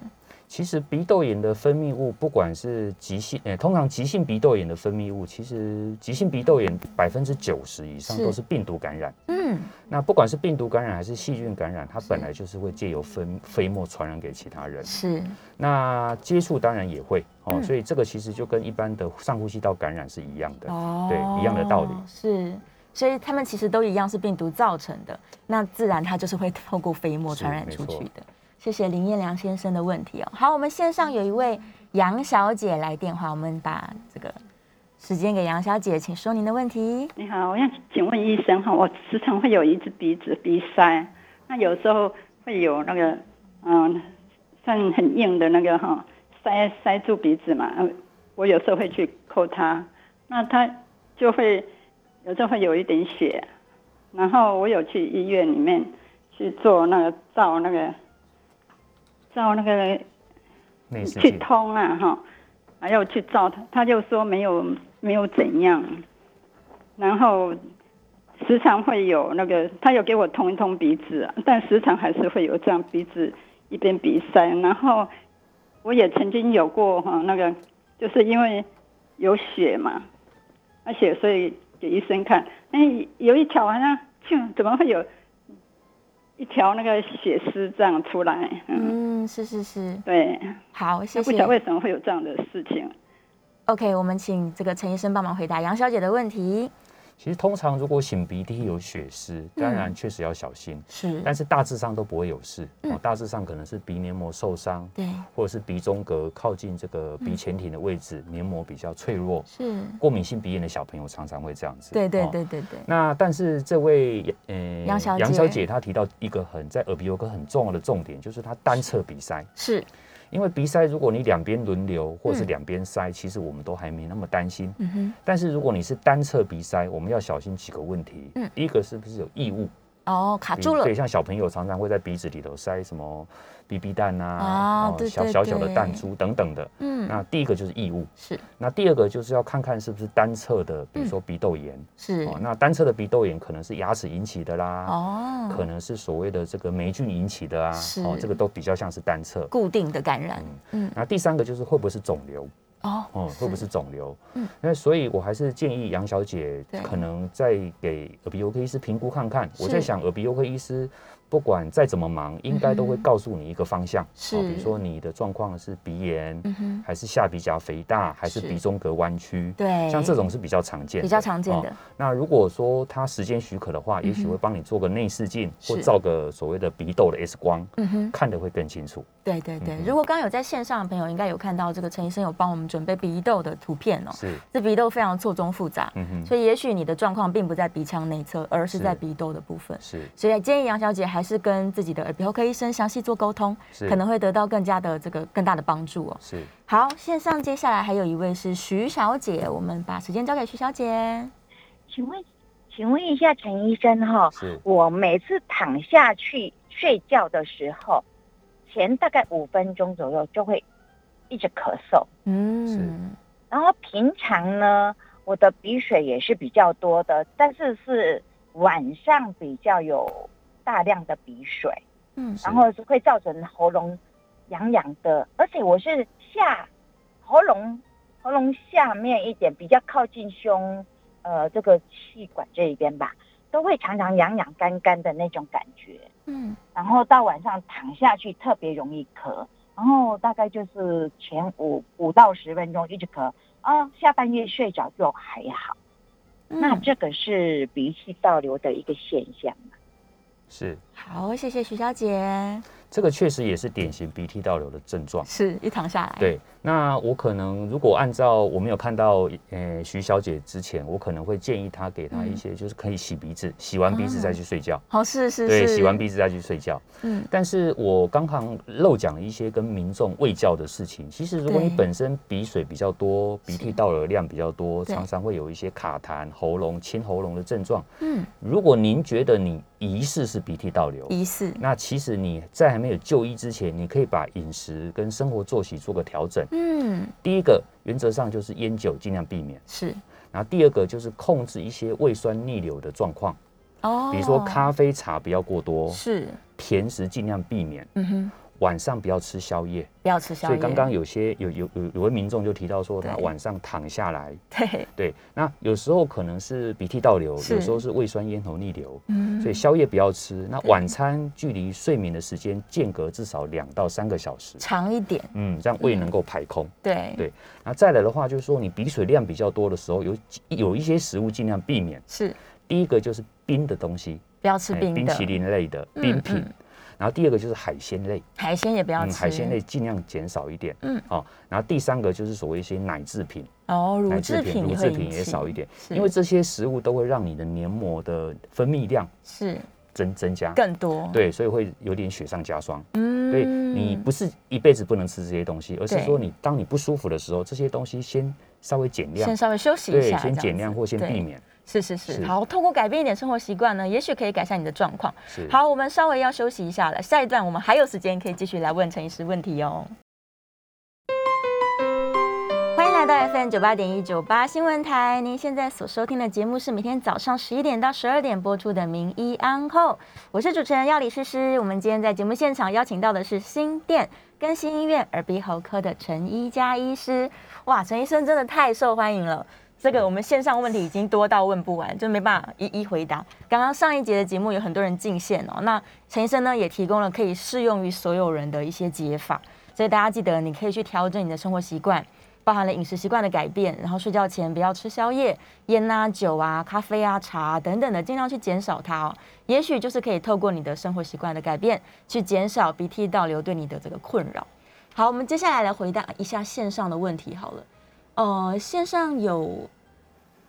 其实鼻窦炎的分泌物，不管是急性，呃，通常急性鼻窦炎的分泌物，其实急性鼻窦炎百分之九十以上
是
都是病毒感染。
嗯，
那不管是病毒感染还是细菌感染，它
是
本来就是会借由分飞沫传染给其他人。
是
那接触当然也会哦，
嗯
所以这个其实就跟一般的上呼吸道感染是一样的。
哦
对一样的道理
是。所以他们其实都一样是病毒造成的，那自然它就是会透过飞沫
是
传染
没
出
错
去的。谢谢林彦良先生的问题哦。好，我们线上有一位杨小姐来电话，我们把这个时间给杨小姐，请说您的问题。
你好，我想请问医生哈，我时常会有一只鼻子鼻塞，那有时候会有那个嗯，算很硬的那个哈，塞塞住鼻子嘛。呃我有时候会去抠它，那它就会有时候会有一点血，然后我有去医院里面去做那个照那个照那个
内视
去
镜
通啊哈，还要去照他，他就说没有没有怎样，然后时常会有那个，他有给我通一通鼻子、啊，但时常还是会有这样鼻子一边鼻塞，然后我也曾经有过哈、那个，就是因为有血嘛，而且所以给医生看，哎有一条好像，哼怎么会有一条那个血丝这样出来？嗯，
嗯，是是是，
对。
好，谢
不晓得
谢。
为什么会有这样的事情。
OK，我们请这个陈医生帮忙回答杨小姐的问题。
其实通常如果擤鼻涕有血丝，当然确实要小心，
是，
但是大致上都不会有事。哦，大致上可能是鼻黏膜受伤，
嗯对，
或者是鼻中隔靠近这个鼻前庭的位置，
嗯
黏膜比较脆弱。
是，
过敏性鼻炎的小朋友常常会这样子。
对对
哦
对对对，
那但是这位呃
杨小姐
杨小姐她提到一个很在耳鼻喉科很重要的重点，就是她单侧鼻塞。
是，
因为鼻塞，如果你两边轮流或者是
嗯
两边塞，其实我们都还没那么担心。
嗯哼，
但是如果你是单侧鼻塞，我们要小心几个问题。
嗯
第一个是不是有异物？
哦，卡
比
住了
对，，嗯像小朋友常常会在鼻子里头塞什么 BB 弹啊，
啊对
小
对
小小的弹
对
珠等等的。
嗯，
那第一个就是异物，
是
那第二个就是要看看是不是单侧
嗯
的，比如说鼻窦炎。
是，
哦，那单侧的鼻窦炎可能是牙齿引起的啦。
哦，
可能是所谓的这个霉菌引起的啊，
是
哦，这个都比较像是单侧。
固定的感染，嗯，
那第三个就是会不会是肿瘤？
哦，
哦，会不会是肿瘤？
嗯
嗯，那所以我还是建议杨小姐
对
可能再给耳鼻喉科医师评估看看。我在
是
想，耳鼻喉科医师不管再怎么忙，应该都会
嗯哼
告诉你一个方向。哦
是
比如说你的状况是鼻炎，
嗯哼，
还是下鼻甲肥大，还是
是
鼻中隔弯曲？
对，
像这种是比较常见的，
比较常见的
哦那如果说他时间许可的话，也
嗯
许
哼
会帮你做个内视镜，或
是
照个所谓的鼻窦的 X 光，
嗯哼，
看得会更清楚。
对对对
嗯。哼
如果刚刚有在线上的朋友，应该有看到这个陈医生有帮我们准备鼻窦的图片哦。
是，
这鼻窦非常错综复杂，
嗯哼，
所以也许你的状况并不在鼻腔内侧，而是
是
在鼻窦的部分。
是
所以建议杨小姐还是跟自己的耳鼻喉科医生详细做沟通，
是
可能会得到更加的这个更大的帮助哦。
是。
好，线上接下来还有一位是徐小姐，我们把时间交给徐小姐。
请问，请问一下陈医生哈、
是
我每次躺下去睡觉的时候，前大概五分钟左右就会一直咳嗽，
嗯，
然后平常呢，我的鼻水也是比较多的，但是是晚上比较有大量的鼻水，
嗯
然后是会造成喉咙痒痒的，而且我是下喉咙喉咙下面一点比较靠近胸，呃，这个气管这一边吧，都会常常痒痒干干的那种感觉。
嗯，
然后到晚上躺下去特别容易咳，然后大概就是前五五到十分钟一直咳，啊，下半夜睡着就还好。那
嗯
这个是鼻涕倒流的一个现象。
是。
好，谢谢徐小姐。
这个确实也是典型鼻涕倒流的症状。
是一躺下来，，
对，那我可能如果按照我没有看到呃徐小姐之前，我可能会建议她给她
嗯
一些就是可以洗鼻子，洗完鼻子再去睡觉。
好哦是啊是
对，
是，
洗完鼻子再去睡觉。
嗯，
但是我刚刚漏讲了一些跟民众卫教的事情。其实，如果你
对
本身鼻水比较多，鼻涕倒流量比较多，
对
常常会有一些卡痰、喉咙清喉咙的症状。
嗯，
如果您觉得你疑似是鼻涕倒流，
疑似，
那其实你在还没有就医之前，你可以把饮食跟生活作息做个调整。
嗯，
第一个原则上就是烟酒尽量避免，
是
然后第二个就是控制一些胃酸逆流的状况，
哦，
比如说咖啡、茶不要过多，
是，
甜食尽量避免，
嗯哼，
晚上不要吃宵夜。
不要吃宵
所
夜，
以刚刚有些有有有有位民众就提到说，他
对
晚上躺下来，
对，
对，那有时候可能是鼻涕倒流，
是
有时候是胃酸咽喉逆流，
嗯
所以宵夜不要吃。那晚餐距离睡眠的时间间隔至少两到三个小时，
长一点，
嗯，这样胃能够排空。
对，
对那再来的话，就是说你鼻水量比较多的时候，有几有一些食物尽量避免。
是
第一个就是冰的东西，
不要吃
哎
冰
冰淇
的，
淋类的
嗯
冰品。
嗯
然后第二个就是海鲜类，
海鲜也不要吃，
嗯海鲜类尽量减少一点，
嗯，
哦。然后第三个就是所谓一些奶制品，
哦，乳
奶
制
制
品
乳
也
制
会
品
引
也
起
少一点，
是
因为这些食物都会让你的黏膜的分泌量
是
增增加，
更多，，
对，所以会有点雪上加霜。
嗯
所以你不是一辈子不能吃这些东西，而是
对
说你当你不舒服的时候，这些东西先稍微减量
先，稍微休息一
对
下，，
先
这样
减
子
量或先
对
避免。
是是是，
是
好，透过改变一点生活习惯呢，也许可以改善你的状况。
是
好，我们稍微要休息一下了，下一段我们还有时间可以继续来问陈医师问题哦。欢迎来到 FM 九八点一九八新闻台，您现在所收听的节目是每天早上十一点到十二点播出的《名医安后》，我是主持人药理诗诗。我们今天在节目现场邀请到的是新店更新医院耳鼻喉科的陈一佳医师。哇，陈医生真的太受欢迎了。这个我们线上问题已经多到问不完，就没办法一一回答。刚刚上一节的节目有很多人进线哦，那陈医生呢也提供了可以适用于所有人的一些解法，所以大家记得你可以去调整你的生活习惯，包含了饮食习惯的改变，然后睡觉前不要吃宵夜、烟啊、酒啊、咖啡啊、茶啊等等的，尽量去减少它哦。也许就是可以透过你的生活习惯的改变，去减少鼻涕倒流对你的这个困扰。好，我们接下来来回答一下线上的问题好了。呃，线上有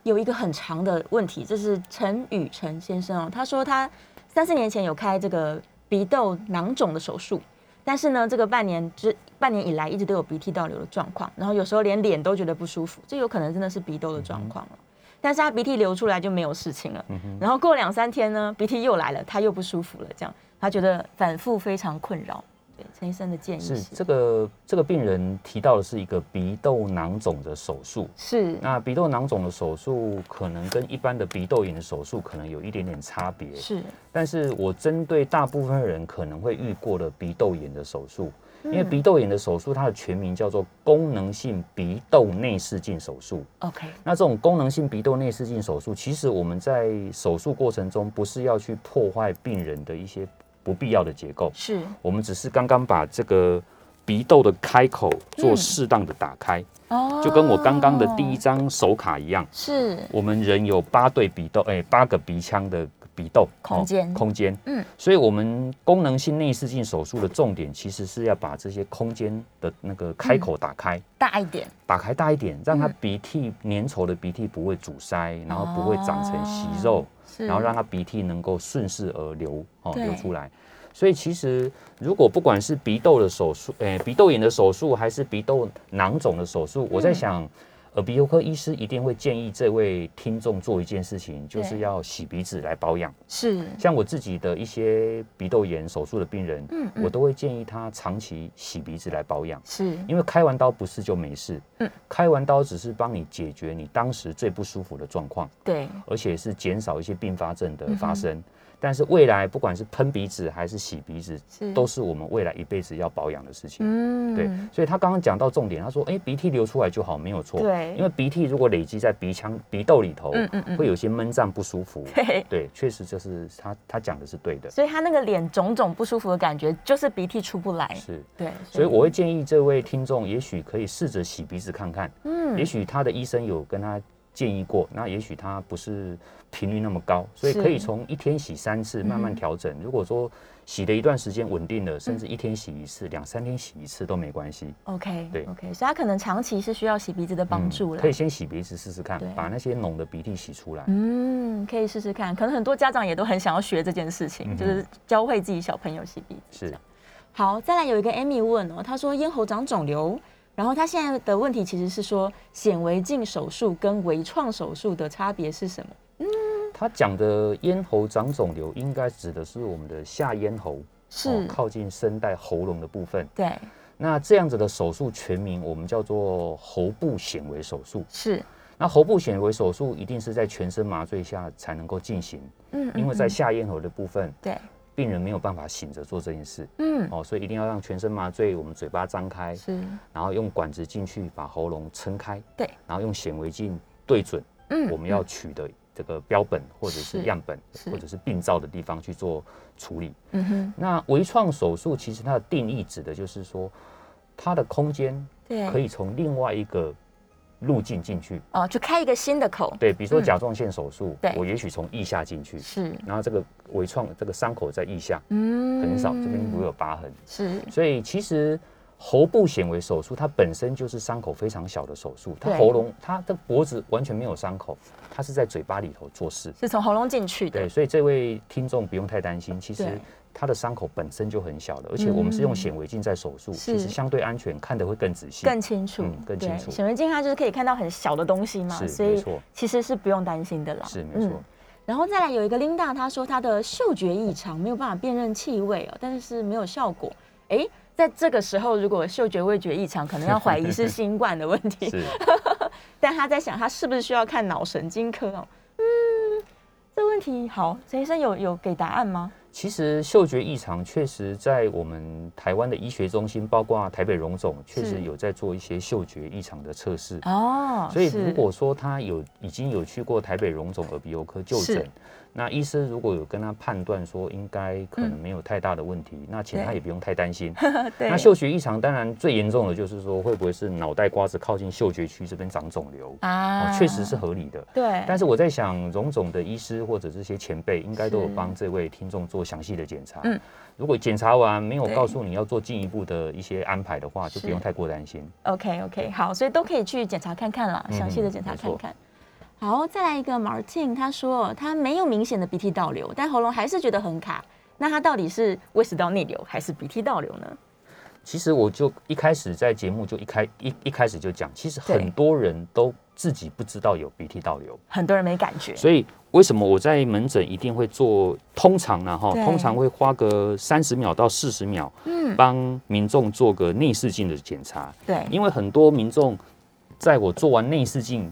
有一个很长的问题，这是陈宇成先生哦，他说他三四年前有开这个鼻窦囊肿的手术，但是呢，这个半年之半年以来一直都有鼻涕倒流的状况，然后有时候连脸都觉得不舒服，这有可能真的是鼻窦的状况了。但是他鼻涕流出来就没有事情了，然后过两三天呢，鼻涕又来了，他又不舒服了，这样他觉得反复非常困扰。对，陈医生的建议是
是这个这个病人提到的是一个鼻窦囊肿的手术。
是
那鼻窦囊肿的手术可能跟一般的鼻窦炎的手术可能有一点点差别，
是
但是我针对大部分人可能会遇过的鼻窦炎的手术，因为鼻窦炎的手术它的全名叫做功能性鼻窦内视镜手术。
OK，
那这种功能性鼻窦内视镜手术，其实我们在手术过程中不是要去破坏病人的一些不必要的结构，
是
我们只是刚刚把这个鼻窦的开口做适当的打开，
哦
就跟我刚刚的第一张手卡一样，
是
我们人有八对鼻窦，哎、八个鼻腔的鼻窦
空间
空间，
嗯
嗯，所以我们功能性内视镜手术的重点其实是要把这些空间的那个开口打开。
大一点，
打开大一点，让它
嗯
鼻涕粘稠的鼻涕不会阻塞，然后不会长成
啊
息肉，
是
然后让它鼻涕能够顺势而流哦
嗯对
流出来。所以其实如果不管是鼻窦的手术，诶、鼻窦炎的手术，还是鼻窦囊肿的手术，
嗯
我在想。耳鼻喉科医师一定会建议这位听众做一件事情，就
对
是要洗鼻子来保养。
是
像我自己的一些鼻窦炎手术的病人，
嗯嗯
我都会建议他长期洗鼻子来保养。
是
因为开完刀不是就没事，
嗯
开完刀只是帮你解决你当时最不舒服的状况，
对
而且是减少一些并发症
嗯
的发生。但是未来不管是喷鼻子还是洗鼻子，
是
都是我们未来一辈子要保养的事情。
嗯
对，所以他刚刚讲到重点，他说：“哎、鼻涕流出来就好，没有错。
对
因为鼻涕如果累积在鼻腔、鼻窦里头，
嗯嗯嗯
会有些闷胀不舒服。
对，
对，确实这是他他讲的是对的，
所以他那个脸肿肿不舒服的感觉，就是鼻涕出不来，
是。
对，
所以我会建议这位听众，也许可以试着洗鼻子看看。
嗯
也许他的医生有跟他建议过，那也许它不是频率那么高，所以
是嗯
可以从一天洗三次慢慢调整。如果说洗了一段时间稳定了，甚至一天洗一次、两三天洗一次都没关系。
OK，
对嗯
OK，所以他可能长期是需要洗鼻子的帮助了。
可以先洗鼻子试试看
对，
把那些浓的鼻涕洗出来。
嗯，可以试试看，可能很多家长也都很想要学这件事情，
嗯哼
就是教会自己小朋友洗鼻子。
是，
好，再来有一个 Amy 问哦，她说咽喉长肿瘤，然后她现在的问题其实是说显微镜手术跟微创手术的差别是什么？
他讲的咽喉长肿瘤，应该指的是我们的下咽喉，哦
是
靠近声带喉咙的部分。
哦对，
那这样子的手术全名我们叫做喉部显微手术。
是，
那喉部显微手术一定是在全身麻醉下才能够进行，
嗯
因为在
嗯
下咽喉的部分，
对，
病人没有办法醒着做这件事。
嗯，
哦，所以一定要让全身麻醉，我们嘴巴张开，
是，
然后用管子进去把喉咙撑开，
对，
然后用显微镜对准
嗯
我们要取的这个标本或者
是
是样本
是
或者是病灶的地方去做处理。
嗯哼，
那微创手术其实它的定义指的就是说，它的空间
对，
可
以，
以从另外一个路径进去。
哦，就开一个新的口，
对，比如说
嗯
甲状腺手术
对，
我也许从腋下进去，
是，
然后这个微创这个伤口在腋下
嗯，
很少，这边不会有疤痕。
是，
所以其实喉部显微手术它本身就是伤口非常小的手术，它
对
喉咙它的脖子完全没有伤口，它是在嘴巴里头做事。
是从喉咙进去
对，
的，
所以这位听众不用太担心，其
对嗯
实他的伤口本身就很小了，而且我们是用显微镜在手术，其
是
实相对安全，看得会更仔细。
更清楚，
嗯更清
对
楚
显微镜它就是可以看到很小的东西嘛，
是
所
没
以
错
其实是不用担心的啦。
是没
嗯
错。
然后再来有一个琳达，她说她的嗅觉异常，没有办法辨认气味哦，但是是没有效果。诶，在这个时候，如果嗅觉味觉异常，可能要怀疑是新冠的问题。
是，
但她在想，她是不是需要看脑神经科哦？嗯，这问题好，陈医生有有给答案吗？
其实嗅觉异常确实在我们台湾的医学中心，包括台北荣总，确
是
实有在做一些嗅觉异常的测试。
哦，
所以
是
如果说他有已经有去过台北荣总耳鼻喉科就诊
是，
那医师如果有跟他判断说应该可能
嗯
没有太大的问题，那请他
对
也不用太担心。
对
那嗅觉异常当然最严重的就是说会不会是脑袋瓜子靠近嗅觉区这边长肿瘤
啊
哦，确实是合理的。
对，
但
是
是我在想，荣总的医师或者这些前辈应该都有
是
帮这位听众做详细的检查。
嗯
如果检查完没有
对
告诉你要做进一步的一些安排的话，就不
是
用太过担心。
OK OK，好，所以都可以去检查看看啦，
嗯
详细的检查
没
看
错
看。好，再来一个 Martin，他说他没有明显的鼻涕倒流，但喉咙还是觉得很卡。那他到底是胃食道逆流还是鼻涕倒流呢？
其实我就一开始在节目就一开一一开始就讲，其实
对
很多人都自己不知道有鼻涕倒流，
很多人没感觉，
所以为什么我在门诊一定会做，通常呢哈，
对
通常会花个三十秒到四十秒，嗯，帮民众做个内视镜的检查，
对，
因为很多民众在我做完内视镜。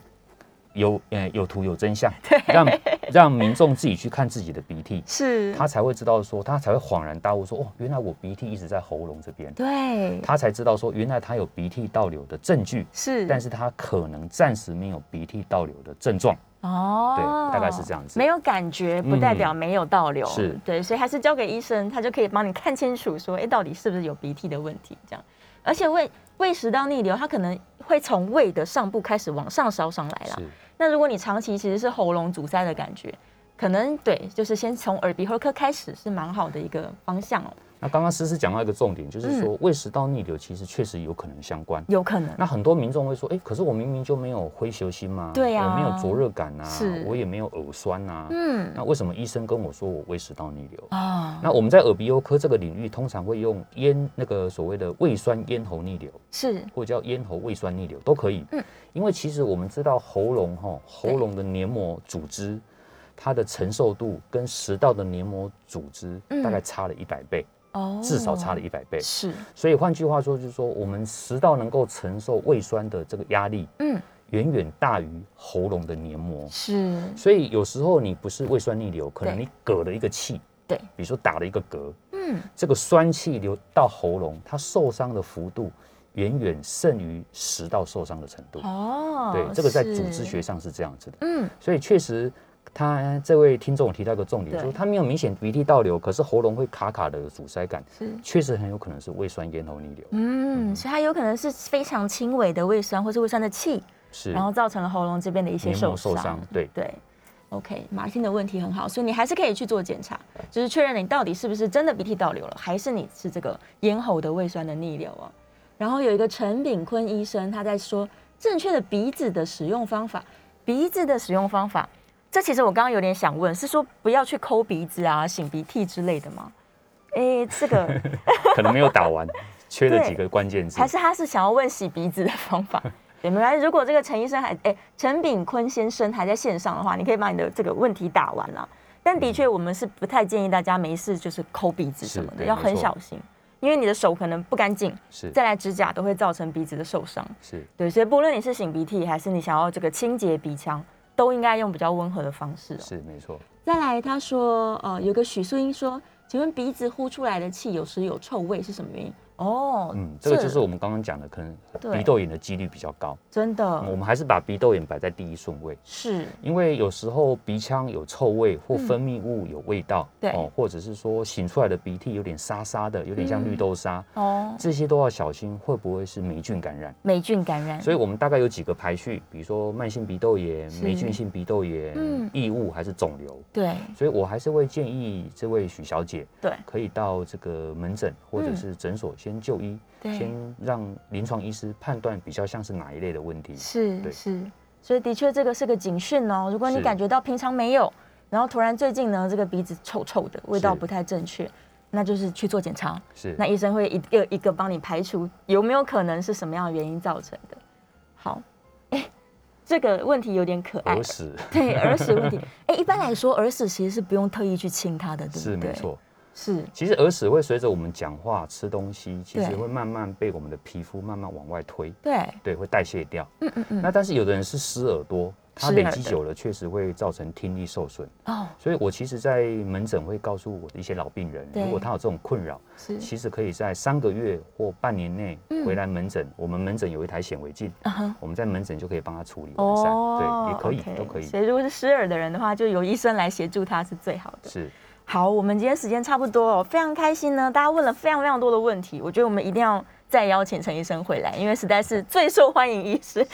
有呃有图有真相，让让民众自己去看自己的鼻涕，
是，
他才会知道说，他才会恍然大悟说，哦，原来我鼻涕一直在喉咙这边。
对，
他才知道说，原来他有鼻涕倒流的证据，
是，
但
是
是他可能暂时没有鼻涕倒流的症状。
哦
对大概是这样子嗯
没有感觉不代表没有倒流，
是
对，所以还是交给医生，他就可以帮你看清楚说，哎，到底是不是有鼻涕的问题这样。而且胃胃食道逆流，它可能会从胃的上部开始往上烧上来啦。
是
那如果你长期其实是喉咙阻塞的感觉，可能对，就是先从耳鼻喉科开始是蛮好的一个方向哦，
那刚刚思思讲到一个重点，就是说胃食道逆流其实确实有可能相关。
有可能
那很多民众会说，哎、可是我明明就没有灰球心嘛，
对啊
我没有灼热感啊
是，
我也没有耳酸啊，
嗯
那为什么医生跟我说我胃食道逆流？
啊、
那我们在耳鼻喉科这个领域，通常会用咽那个所谓的胃酸咽喉逆流，
是
或者叫咽喉胃酸逆流都可以。
嗯
因为其实我们知道喉咙哈，
对
喉咙的黏膜组织，它的承受度跟食道的黏膜组织
嗯
大概差了一百倍，
哦
至少差了一百倍。
是
所以换句话说，就是说我们食道能够承受胃酸的这个压力，
嗯
远远大于喉咙的黏膜。
是
所以有时候你不是胃酸逆流，可能
对
你嗝了一个气，
对
比如说打了一个嗝，
嗯
这个酸气流到喉咙，它受伤的幅度远远胜于食道受伤的程度。
哦
对，这个在组织
是
学上是这样子的。
嗯
所以确实，他这位听众有提到一个重点，
对
就是他没有明显鼻涕倒流，可是喉咙会卡卡的有阻塞感，
是。
确实很有可能是胃酸咽喉逆流。
嗯，所以它有可能是非常轻微的胃酸，或是胃酸的气
是，
然后造成了喉咙这边的一些
黏膜
受
受伤
伤。，
对，
对，OK，马欣的问题很好，所以你还是可以去做检查，就是确认你到底是不是真的鼻涕倒流了，还是你是这个咽喉的胃酸的逆流啊。然后有一个陈炳坤医生，他在说正确的鼻子的使用方法，鼻子的使用方法，这其实我刚刚有点想问，是说不要去抠鼻子啊、擤鼻涕之类的吗？哎，这个
可能没有打 完，缺了
对
几个关键字
还。是他是想要问洗鼻子的方 法？也没关系，如果这个陈医生还哎陈炳坤先生还在线上的话，你可以把你的这个问题打完了。但的确，我们是不太建议大家没事就是抠鼻子什么
嗯是
的，
对
要
没
很
错
小心，因为你的手可能不干净，
是
再来指甲都会造成鼻子的受伤。
是
对，所以不论你是擤鼻涕还是你想要这个清洁鼻腔，都应该用比较温和的方式、哦。
是没错，
再来，他说，呃，有个许素英说，请问鼻子呼出来的气有时有臭味是什么原因？哦，
嗯，这个就是我们刚刚讲的，可能
对嗯
鼻窦炎的几率比较高。
真
我
的
们还是把鼻窦炎摆在第一顺位，
是
因为有时候鼻腔有臭味或分泌物有味道，
嗯
哦
对
或者是说擤出来的鼻涕有点沙沙的，有点像绿豆沙，
嗯哦，嗯
这些都要小心，会不会是霉菌感染？
霉菌感染，
所以我们大概有几个排序，比如说慢性鼻窦炎、
是
霉菌性鼻窦炎、
嗯
异物还是肿瘤。
对
所以我还是会建议这位许小姐
对
可以到这个门诊或者
嗯
是诊所先就医，
对
先让临床医师判断比较像是哪一类的问题。
是
对
是，所以的确这个是个警讯哦。如果你
是
感觉到平常没有，然后突然最近呢这个鼻子臭臭的，味道
是
不太正确，那就是去做检查。
是
那医生会一个一个帮你排除有没有可能是什么样的原因造成的。好，哎，这个问题有点可爱
耳，屎
对耳屎问题。哎，一般来说耳屎其实是不用特意去清它的，对不对？
是没，错。
是
其实耳屎会随着我们讲话、吃东西，其实
对
会慢慢被我们的皮肤慢慢往外推，
对，
对，会代谢掉。
嗯嗯嗯，
那但是有的人是湿耳朵，它
湿
累
耳
积
的
久了确实会造成听力受损。
哦
所以我其实，在门诊会告诉我的一些老病人，
对
如果他有这种困扰，
是
其实可以在三个月或半年内
嗯
回来门诊。我们门诊有一台显微镜，
啊哈。
我们在门诊就可以帮他处理完善。对，也可以
哦 OK，
都可以。
所以如果是失耳的人的话，就由医生来协助他是最好的。
是，
好，我们今天时间差不多哦，非常开心呢，大家问了非常非常多的问题，我觉得我们一定要再邀请陈医生回来，因为实在是最受欢迎医师，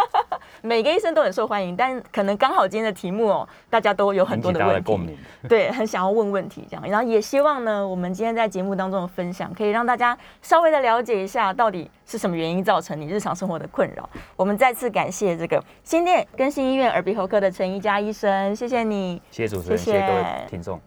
每个医生都很受欢迎，但可能刚好今天的题目哦，大家都有很
引
多
起
的
大家的
问
共
题，
鸣。
对，很想要问问题这样，然后也希望呢，我们今天在节目当中的分享，可以让大家稍微的了解一下到底是什么原因造成你日常生活的困扰。我们再次感谢这个新店更新医院耳鼻喉科的陈一佳医生，谢谢你。
谢谢主持人，
谢谢
谢谢各位听众。